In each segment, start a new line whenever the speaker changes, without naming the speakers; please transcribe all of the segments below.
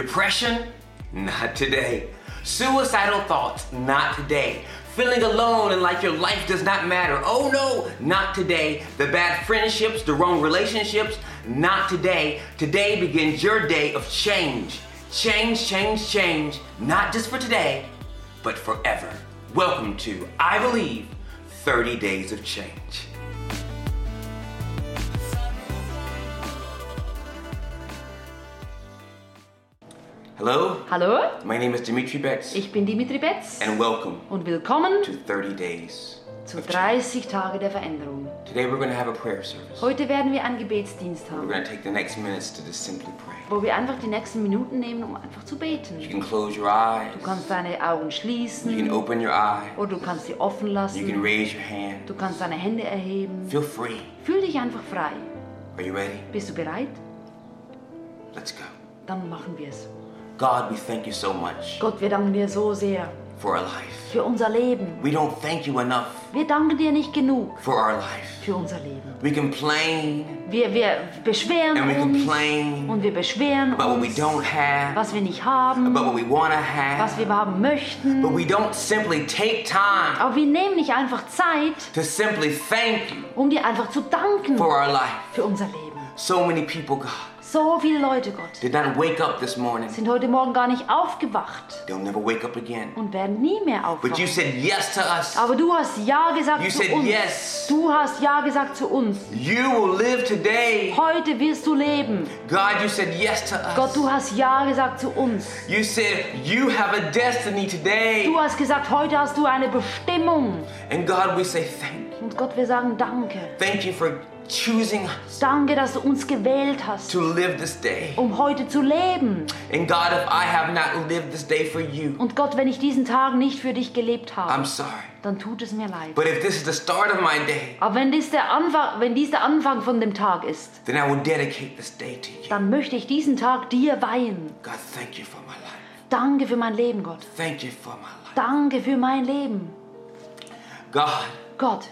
Depression? Not today. Suicidal thoughts? Not today. Feeling alone and like your life does not matter? Oh no, not today. The bad friendships, the wrong relationships? Not today. Today begins your day of change. Change, change, change. Not just for today, but forever. Welcome to, I believe, 30 Days of Change. Hello,
Hallo,
my name is Dimitri Betts,
ich bin Dimitri Betz
and welcome
und willkommen
to 30 Days
zu
of Change.
30 Tage der Veränderung.
Today we're going to have a prayer service.
Heute werden wir einen Gebetsdienst
We're
haben,
going to take the next minutes to just simply pray.
wo wir einfach die nächsten Minuten nehmen, um einfach zu beten.
You can close your eyes,
Du kannst deine
you
Augen
can
schließen
open your eye,
oder du kannst sie offen
you can
lassen.
raise your hand.
Du kannst deine Hände erheben.
Feel free.
Fühl dich einfach frei.
Are you ready?
Bist du bereit?
Let's go.
Dann machen wir es.
God, we thank you so much
Gott, wir danken dir so sehr
for our life.
für unser Leben.
We don't thank you enough
Wir danken dir nicht genug
for our life.
für unser Leben.
We complain
Wir, wir beschweren
and we
uns
complain
und wir beschweren
about what we
uns,
don't have,
was wir nicht haben,
about what we want to
was
have,
wir haben möchten.
but we don't simply take time
Aber wir nehmen nicht einfach Zeit,
to simply thank you
um dir einfach zu danken
for our life.
für unser Leben.
So many people, God,
So viele Leute, Gott,
did not wake up this morning.
sind heute Morgen gar nicht aufgewacht
They'll never wake up again.
und werden nie mehr
But you
aufwachen.
said yes to us.
Aber du hast Ja gesagt
You
zu
said
uns.
yes.
Du hast Ja gesagt zu uns.
You will live today.
Heute wirst du leben.
God, you said yes to us.
Gott, du hast Ja gesagt zu uns.
You said you have a destiny today.
Du hast gesagt, heute hast du eine Bestimmung.
And God, we say thank you.
Und Gott, wir sagen Danke.
Thank you for choosing us
Danke, dass du uns gewählt hast,
to live this day.
um heute zu leben.
And God, if I have not lived this day for you,
Und Gott, wenn ich diesen Tag nicht für dich gelebt habe,
I'm sorry.
dann tut es mir leid.
But if this is the start of my day,
Aber wenn dies, der Anfang, wenn dies der Anfang von dem Tag ist,
then I will dedicate this day to you.
dann möchte ich diesen Tag dir weihen.
God, thank you for my life.
Danke für mein Leben, Gott.
Thank you for my life.
Danke für mein Leben.
God,
Gott,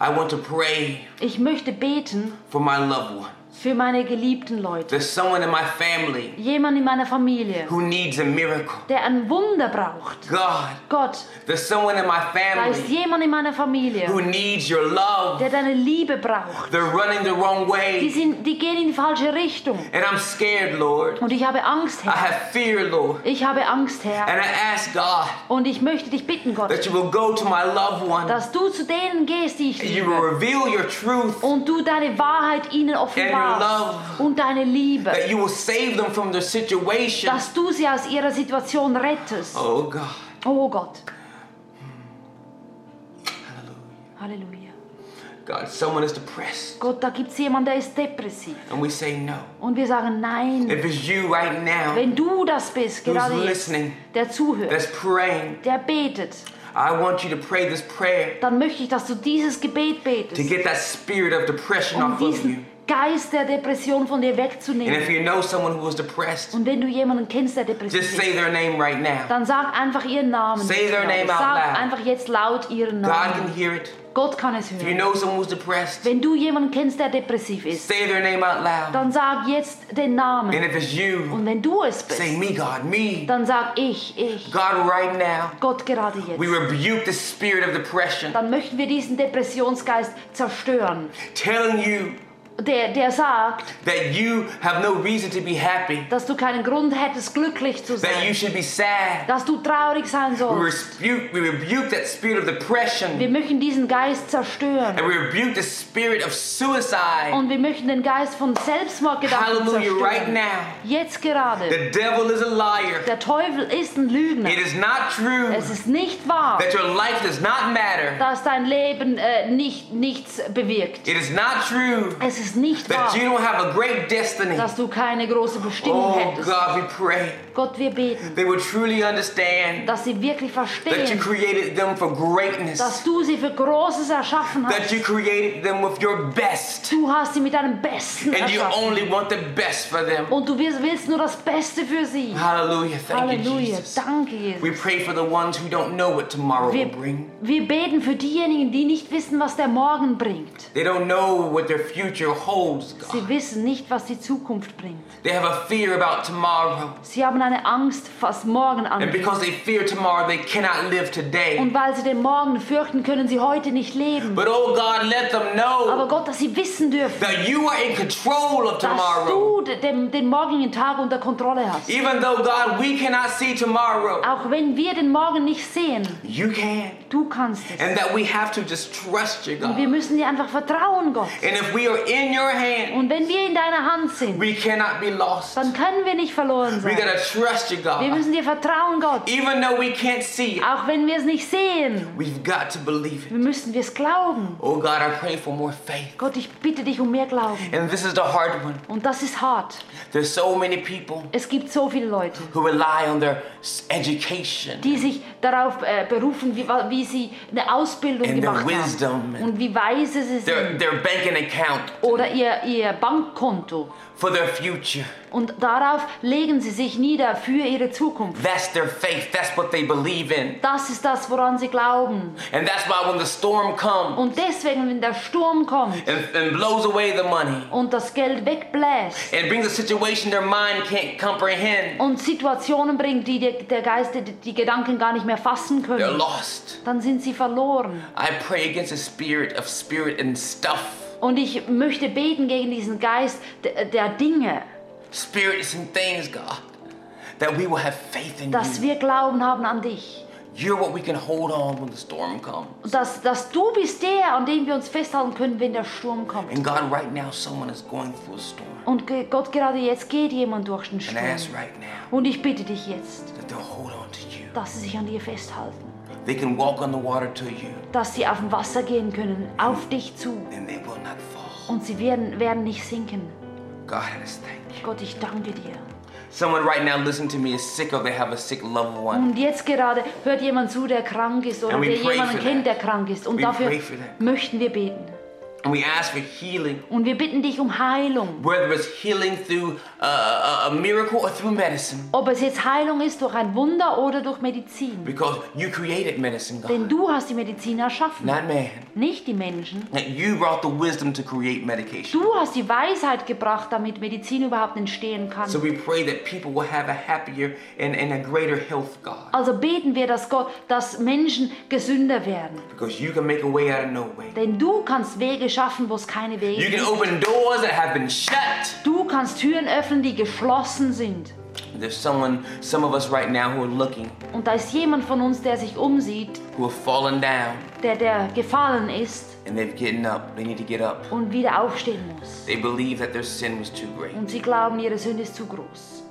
I want to pray
ich möchte beten
for my loved one.
für meine geliebten Leute.
There's someone in my family
Jemand in meiner Familie,
who needs a miracle.
der ein Wunder braucht.
God,
Gott,
there's someone in my
da ist
family
jemand in meiner Familie,
who needs your love.
der deine Liebe braucht.
They're running the wrong
Die,
way.
sind, die gehen in die falsche Richtung.
And I'm scared, Lord.
Und ich habe Angst,
I
Herr.
have fear, Lord.
Ich habe Angst, Herr.
And I ask God
Und ich möchte dich bitten,
that
Gott,
you will go to my loved one
dass du zu denen gehst, die ich
and you will
liebe.
reveal your truth,
und du deine Wahrheit ihnen offenbarst und deine Liebe,
that you will save them from their situation.
dass du sie aus ihrer Situation rettest.
Oh, God.
Oh Gott.
Hallelujah.
Halleluja.
God, someone is depressed.
Gott, da gibt es jemanden, der ist depressiv.
And we say no.
Und wir sagen, nein,
If it's you right now
wenn du das bist,
who's
gerade jetzt,
listening,
der zuhört,
that's praying,
der betet,
I want you to pray this prayer
dann möchte ich, dass du dieses Gebet
to
betest,
get that spirit of depression
um
off of you.
diesen Geist der Depression von dir
And if
wegzunehmen.
you know someone who is depressed,
Und wenn du jemanden kennst, der
just
depressiv
say
ist,
their name right now.
dann sag einfach ihren Namen.
Say their name out
Sag
loud.
einfach jetzt laut ihren
God can
Namen.
hear it.
Gott kann es
If you
hören.
know someone who's depressed,
Wenn du jemanden kennst, der depressiv ist,
say their name out loud.
dann sag jetzt den
And
Namen.
if it's you,
Und wenn du es
say
bist,
me, God, me.
dann sag ich, ich,
God, right now,
Gott gerade
we
jetzt.
rebuke the spirit of depression,
Dann möchten wir diesen Depressionsgeist zerstören,
telling you
der, der sagt,
that you have no reason to be happy,
dass du keinen Grund hättest, glücklich zu
that you
sein,
should be sad.
dass du traurig sein
We
sollst.
rebuke, we rebuke that spirit of depression,
Wir möchten diesen Geist zerstören
and we rebuke the spirit of suicide.
und wir möchten den Geist von Selbstmordgedanken
Hallelujah, right
zerstören.
now.
Jetzt gerade.
The devil is a liar.
Der Teufel ist ein Lügner.
It is not true
Es ist nicht wahr,
that your life does not matter.
dass dein Leben äh, nicht, nichts bewirkt.
It is not true
Es ist nicht
that you
wahr,
don't have a great destiny.
dass du keine große Bestimmung
Oh
hättest.
God, we pray
Gott, wir beten,
they will truly understand
dass sie wirklich
that you
verstehen,
created them for
dass
greatness,
du sie für Großes erschaffen
that
hast.
you created them with your best,
Du hast sie mit deinem Besten
and you
erschaffen.
only want the best for them.
Und du willst, willst nur das Beste für sie.
Hallelujah. Ah, Thank you,
Halleluja.
Jesus.
Danke,
We
Jesus.
pray for the ones who don't know what tomorrow will
Wir,
bring.
wir beten für diejenigen, die nicht wissen, was der Morgen bringt.
They don't know what their future future holds, God.
Sie wissen nicht, was die Zukunft bringt.
They have a fear about tomorrow.
Sie haben eine Angst, was morgen
And
angeht.
because they fear tomorrow, they cannot live today.
Und weil sie den Morgen fürchten, können sie heute nicht leben.
But oh God, let them know
Aber Gott, dass sie wissen dürfen,
that you are in control of
dass
tomorrow.
du den, den morgigen Tag unter Kontrolle hast.
Even though, God, we cannot see tomorrow,
Auch wenn wir den Morgen nicht sehen,
you can.
du kannst es.
And that we have to just trust you,
Und
God.
wir müssen dir einfach vertrauen, Gott.
And if we are in your hand,
Und wenn wir in deiner Hand sind,
we cannot be lost.
dann können wir nicht verloren
We
sein.
gotta trust you,
Wir
God.
müssen dir vertrauen, Gott.
Even though we can't see it,
Auch wenn wir es nicht sehen,
we've got to believe it.
wir müssen wir es glauben.
Oh God, I pray for more faith.
Gott, ich bitte dich um mehr Glauben.
And this is the hard one.
Und das ist hart.
There's so many people
Es gibt so viele Leute,
who rely on their s- education
die sich darauf äh, berufen, wie, wa- wie sie eine Ausbildung
And their
gemacht
wisdom.
haben und wie weise sie
their,
sind
their banking account
oder ihr, ihr Bankkonto.
for their future.
Und darauf legen sie sich nieder für ihre Zukunft.
That's their faith. That's what they believe in.
Das ist das, woran sie glauben.
And that's why when the storm comes
Und deswegen, wenn der Sturm kommt
and, and blows away the money
und das Geld wegbläst
and brings a situation their mind can't comprehend,
und Situationen bringt, die der, der Geist, die, die Gedanken gar nicht mehr fassen
they're
können,
lost.
dann sind sie verloren.
I pray against the spirit of spirit and stuff,
Und ich möchte beten gegen diesen Geist der, der Dinge,
spirits and things, God, that we will have faith in
dass
you.
wir Glauben haben an dich.
You're what we can hold on when the storm comes.
Dass, dass du bist der, an dem wir uns festhalten können, wenn der Sturm kommt.
And God, right now, someone is going through a storm.
Und ge- Gott, gerade jetzt geht jemand durch den
And I ask
Sturm.
right now
Und ich bitte dich jetzt,
that they'll hold on to you.
dass sie sich an dir festhalten.
They can walk on the water to you,
Dass sie auf dem Wasser gehen können, auf dich zu.
and they will not fall.
Und sie werden, werden nicht sinken.
God, I just thank you.
Gott, ich danke dir.
Someone right now, listen to me, is sick or they have a sick loved one.
Und jetzt gerade hört jemand zu, der krank ist oder
And we
der
pray
jemanden
for
kennt,
that.
der krank ist. Und
We
dafür
pray for that.
möchten wir beten.
And we ask for healing,
Und wir bitten dich um Heilung.
whether it's healing through uh, a a miracle or through medicine.
Ob es jetzt Heilung ist durch ein Wunder oder durch Medizin.
Because you created medicine, God,
Denn du hast die Medizin erschaffen,
not man.
nicht die Menschen.
That you brought the wisdom to create medication.
Du hast die Weisheit gebracht, damit Medizin überhaupt entstehen kann.
So we pray that people will have a happier and, and a greater health, God.
Also beten wir, dass, Gott, dass Menschen gesünder werden.
Because you can make a way out of no way.
Denn du kannst Wege schaffen, wo es keine Wege
You can
gibt.
open doors that have been shut.
Du kannst Türen öffnen, die geschlossen sind.
There's someone, some of us right now who are looking,
Und da ist jemand von uns, der sich umsieht,
who have fallen down,
der, der gefallen ist
and they've getting up. They need to get up.
und wieder aufstehen muss.
They believe that their sin was too great
Und sie glauben, ihre Sünde ist zu groß.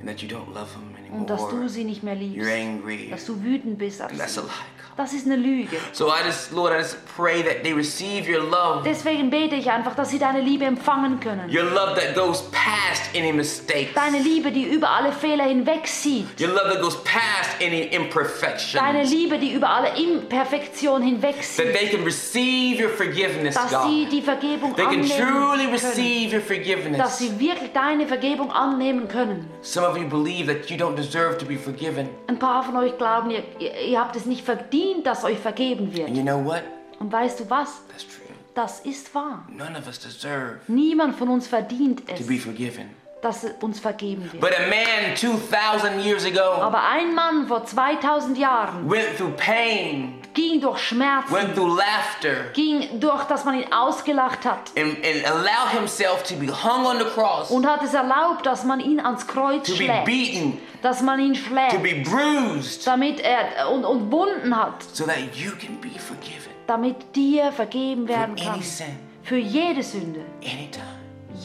and that you don't love them
Und dass du
anymore.
sie nicht mehr
You're
liebst.
angry.
Dass du wütend bist auf
And that's a
sie.
lie, God.
Das ist eine Lüge.
So I just, Lord, I just pray that they receive your love.
Deswegen bete ich einfach, dass sie deine Liebe empfangen können.
Your love that goes past any mistakes.
Deine Liebe, die über alle Fehler hinwegsieht.
Your love that goes past any imperfections.
Deine
That
Liebe, die über alle Imperfektion hinwegsieht.
they can receive your forgiveness,
Dass sie
God.
die Vergebung
They can truly
annehmen können.
receive your
Dass
forgiveness.
sie wirklich deine Vergebung annehmen können.
Some of you believe that you don't deserve to be forgiven.
Ein paar von euch glauben, ihr, ihr ihr habt es nicht verdient, dass euch vergeben
And
wird.
you know what?
Und weißt du was?
That's true.
Das ist wahr.
None of us deserve
Niemand von uns verdient
to
es,
be forgiven.
dass uns vergeben wird.
But a man 2,000 years ago
Aber ein Mann vor 2000 Jahren
went through pain,
ging durch
went
Schmerzen,
through laughter,
ging durch, dass man ihn ausgelacht hat
and, and allowed himself to be hung on the cross,
und hat es erlaubt, dass man ihn ans Kreuz
to be
schlägt,
beaten,
dass man ihn
to
schlägt,
be bruised,
damit er und, und Wunden hat,
so that you can be forgiven
damit dir vergeben
for
werden
any
kann.
sin,
Für jede Sünde,
anytime.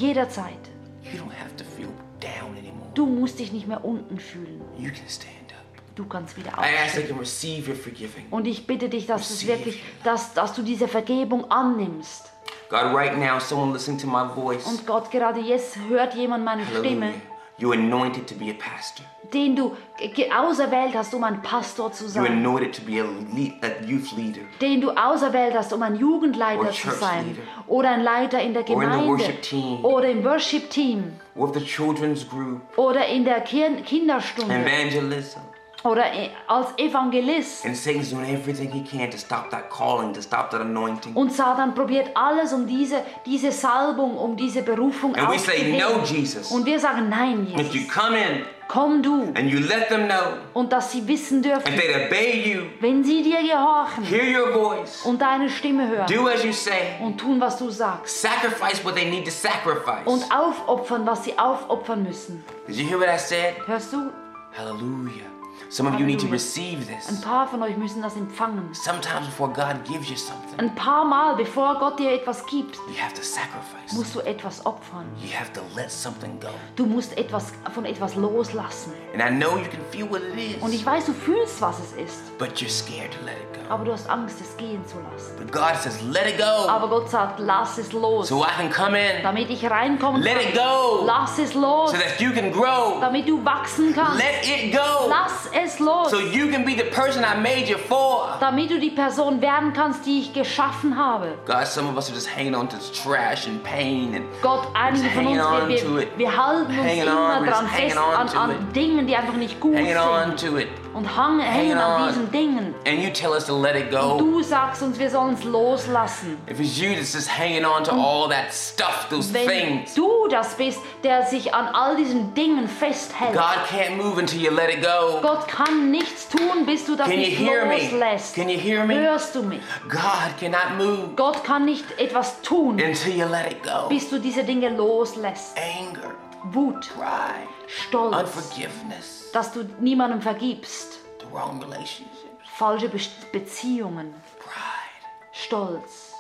jederzeit.
You don't have to feel down anymore.
Du musst dich nicht mehr unten fühlen.
You can stand up.
Du kannst wieder
I ask
aufstehen.
that you can receive your forgiving.
Und ich bitte dich, dass es
Receive.
wirklich, dass, dass du diese Vergebung annimmst.
God, right now, someone listening to my voice.
Und Gott, gerade jetzt hört jemand meine Stimme,
Hallelujah. You're anointed to be a pastor.
den du ge- auserwählt hast, um ein Pastor zu
You're
sein.
anointed to be a, le- a youth leader
Den du auserwählt hast, um ein
Or
Jugendleiter zu
church
sein.
leader.
Oder ein Leiter in der
Or in the
Gemeinde.
worship team.
Oder im Worship-Team.
with the children's group,
Oder in der Kir- Kinderstunde.
evangelism,
oder e- als Evangelist.
And Satan's doing everything he can to stop that calling, to stop that anointing.
Und Satan probiert alles, um diese, diese Salbung, um diese Berufung
And we say,
aufzuheben.
"No, Jesus."
Und wir sagen, nein,
If you
Jesus.
come in
Komm du.
and you let them know,
Und dass sie wissen dürfen,
and they obey you,
wenn sie dir gehorchen
hear your voice,
und deine Stimme hören
do as you say,
und tun, was du sagst.
sacrifice what they need to sacrifice.
Und aufopfern, was sie aufopfern müssen.
Did you hear what I said?
Hörst du?
Hallelujah. Some of you need to
Hallelujah.
receive
Ein
this.
paar von euch müssen das empfangen.
Sometimes before God gives you something,
Ein paar Mal, bevor Gott dir etwas gibt,
you have to sacrifice.
musst du etwas opfern.
You have to let something go.
Du musst etwas von etwas loslassen.
And I know you can feel what it
Und ich
is,
weiß, du fühlst, was es ist,
but you're scared to let it go.
aber du hast Angst, es gehen zu lassen.
But God says, let it go.
Aber Gott sagt, lass es los,
So I can come in.
damit ich reinkommen
Let it go.
kann. Lass es los,
So that you can grow.
damit du wachsen kannst.
Let it go.
Lass es los,
So you can be the person I made you for.
damit du die Person werden kannst, die ich geschaffen habe.
God, some of us are just hanging on to trash and pain and
Gott, einige von uns,
Hanging on
wir,
to it.
wir, wir halten uns
Hanging
immer
on, we're
dran
just hanging
fest
on
an,
to
an
it.
Dingen, die einfach nicht gut
hanging on
sind.
to it.
Und hang, hängen
on. Oh.
an diesen Dingen.
And you tell us to let it go.
Du sagst uns, wir sollen es loslassen.
If it's you that's just hanging on to all that stuff, those
Wenn
things,
du das bist, der sich an all diesen Dingen festhält.
God can't move until you let it go.
Gott kann nichts tun, bis du das
Can you
nicht
hear me?
loslässt.
Can you hear me?
Hörst du mich?
God cannot move
Gott kann nicht etwas tun,
until you let it go.
bis du diese Dinge loslässt.
Anger,
Wut,
pride,
Stolz,
unforgiveness,
dass du niemandem vergibst.
the wrong relationships,
Falsche Be Beziehungen,
pride.
Stolz.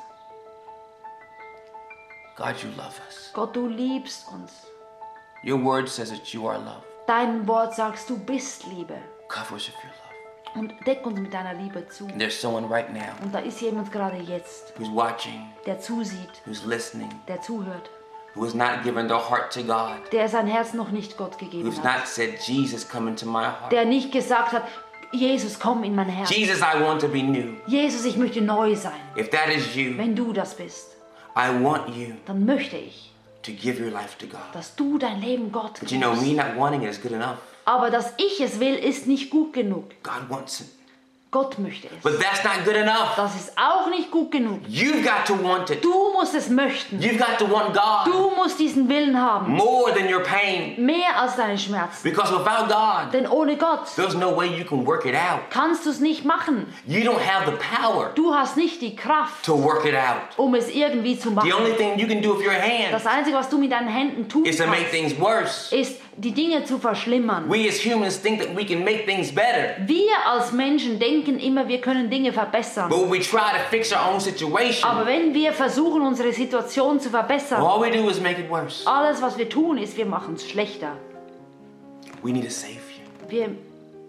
God, you love us.
Gott, du liebst uns.
Your word says that you are love.
Dein Wort sagst, du bist Liebe.
Cover us with your love.
Und deck uns mit deiner Liebe zu.
And there's someone right now
Und da ist jemand gerade jetzt,
who's watching,
der zusieht,
who's listening,
der zuhört,
who has not given their heart to God,
der sein Herz noch nicht Gott
who
gegeben
has
hat,
not said, Jesus, come into my heart.
der nicht gesagt hat, Jesus, komm in mein Herz.
Jesus, I want to be new.
Jesus, ich möchte neu sein.
If that is you,
Wenn du das bist,
I want you
dann möchte ich,
to give your life to God.
dass du dein Leben Gott
But you know, me
gibst.
not wanting it is good enough.
Aber dass ich es will, ist nicht gut genug.
God wants it.
Gott möchte es.
But that's not good enough.
Das ist auch nicht gut genug.
You've got to want it.
Du musst es möchten.
You've got to want God
Du musst diesen Willen haben.
more than your pain.
Mehr als deine Schmerzen.
Because without God,
Denn ohne Gott
there's no way you can work it out.
kannst du es nicht machen.
You don't have the power
Du hast nicht die Kraft,
to work it out.
um es irgendwie zu
The
machen.
only thing you can do with your hands
Das Einzige, was du mit deinen Händen tun
is to make
kannst,
things worse.
ist, die Dinge zu verschlimmern.
We as humans think that we can make things better,
Wir als Menschen denken immer, wir können Dinge verbessern.
but when we try to fix our own situation,
Aber wenn wir versuchen, unsere Situation zu verbessern,
all we do is make it worse.
alles, was wir tun, ist, wir machen es schlechter.
We need a savior.
Wir,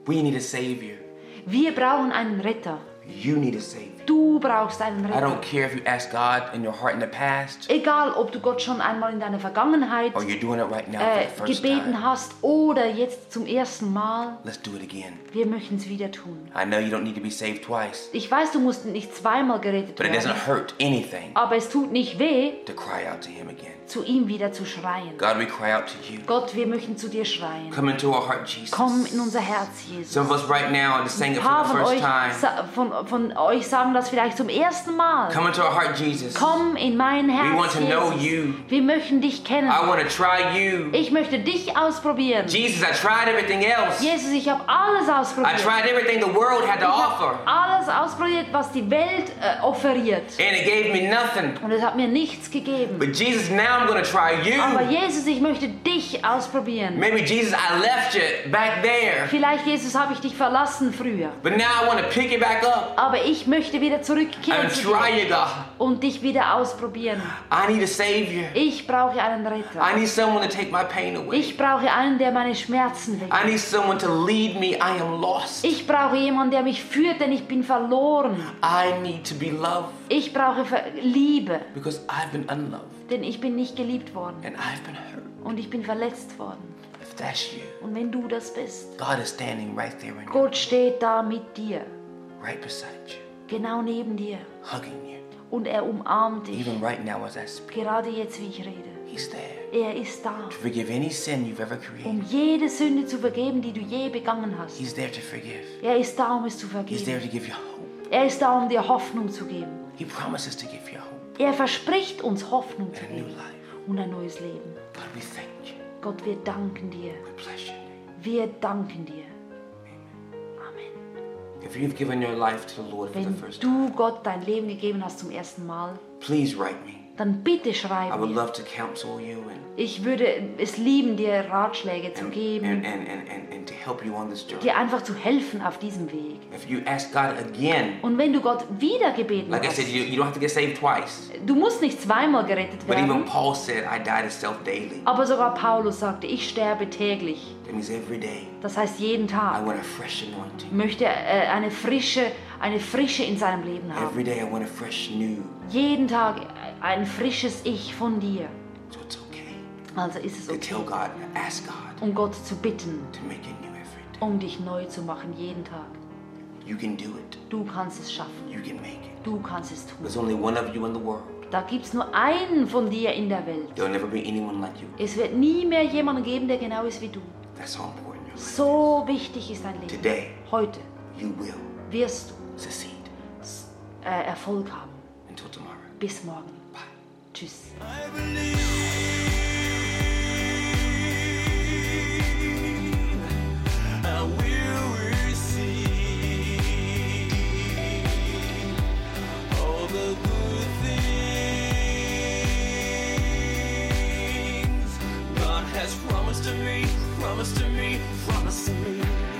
We need a savior.
wir brauchen einen Retter.
You need a savior.
Du brauchst einen
I
Retter.
don't care if you asked God in your heart in the past
Egal, ob du Gott schon einmal in deiner Vergangenheit
or you're doing it right now
äh,
for Oh, the first
gebeten
time.
hast oder jetzt zum ersten Mal,
Let's do it again.
wir möchten es wieder tun.
I know you don't need to be saved twice,
Ich weiß, du musst nicht zweimal gerettet
but it doesn't
werden,
hurt anything
aber es tut nicht weh,
to cry out to Him again.
zu ihm wieder zu schreien.
God, we cry out to you.
Gott, wir möchten zu dir schreien.
Come into our heart, Jesus.
Komm in unser Herz, Jesus.
Some of us right now are just saying
Ein
it for
paar
the
von
first
euch,
time.
sa- von, von euch sagen das vielleicht zum ersten Mal.
Come into our heart, Jesus.
Komm in mein Herz,
We want to know you.
Jesus. Wir möchten dich kennen.
I want to try you.
Ich möchte dich ausprobieren.
Jesus, I tried everything else.
Jesus, ich habe alles
I
ausprobiert.
tried everything the world had to
Ich habe
offer,
alles ausprobiert, was die Welt äh, offeriert.
and it gave me nothing.
Und es hat mir nichts gegeben.
But Jesus, now I'm going to try
Aber
you.
Jesus, ich möchte dich ausprobieren.
Maybe Jesus, I left you back there,
Vielleicht, Jesus, habe ich dich verlassen früher.
but now I want to pick you back up
Aber ich möchte wieder zurückkehren
and
zu
try you,
dir
God.
und dich wieder ausprobieren.
I need a Savior.
Ich brauche einen Retter.
I need someone to take my pain away.
Ich brauche einen, der meine Schmerzen weckt.
I need someone to lead me. I am lost.
Ich brauche jemanden, der mich führt, denn ich bin verloren.
I need to be loved
Ich brauche Ver Liebe,
because I've been unloved
denn ich bin nicht geliebt worden
and I've been hurt.
und ich bin verletzt worden.
If that's you,
Und wenn du das bist,
God is standing right there and
Gott steht da mit dir,
right beside you,
genau neben dir
hugging you.
und er umarmt dich,
Even right now as I speak,
gerade jetzt, wie ich rede.
He's there.
Er ist da,
to forgive any sin you've ever created.
um jede Sünde zu vergeben, die du je begangen hast.
He's there to forgive.
Er ist da, um es zu
He's
vergeben.
there to give you hope.
Er ist da, um dir Hoffnung zu geben.
He promises to give you hope
Er verspricht uns Hoffnung zu
and a new
geben
life.
und ein neues Leben.
God, we thank you.
Gott, wir danken dir.
We bless your name.
Wir danken dir. Amen.
If you've given your life to the Lord for the
Wenn
first time,
du Gott dein Leben gegeben hast zum ersten Mal,
please write me.
dann bitte
I
schreib
would
mir.
love to counsel you and
Ich würde es lieben, dir Ratschläge zu
and,
geben,
and, and, and, and, and to help you on this journey.
dir einfach zu helfen auf diesem Weg.
If you ask God again,
Und wenn du Gott wieder gebeten
like I said,
hast,
you, you don't have to get saved twice.
du musst nicht zweimal gerettet
But even
werden,
Paul said, I die to self daily.
aber sogar Paulus sagte, ich sterbe täglich.
That means every day
Das heißt jeden
I
Tag
want a fresh anointing.
möchte er äh, eine frische, eine Frische in seinem Leben haben.
Every day I want a fresh new.
Jeden Tag ein frisches Ich von dir.
So it's okay
Also ist es
to
okay,
tell God, ask God
um Gott zu bitten,
to make it new every day.
um dich neu zu machen jeden Tag.
You can do it.
Du kannst es schaffen.
You can make it.
Du kannst es tun.
There's only one of you in the world.
Da gibt es nur einen von dir in der Welt.
There'll never be anyone like you.
Es wird nie mehr jemanden geben, der genau ist wie du.
That's how important your life is.
So wichtig ist dein Leben.
Today,
Heute
you will
wirst du
succeed.
äh, Erfolg haben.
Until tomorrow.
Bis morgen.
Bye.
Tschüss.
I will receive all the good things God has promised to me, promised to me, promised to me.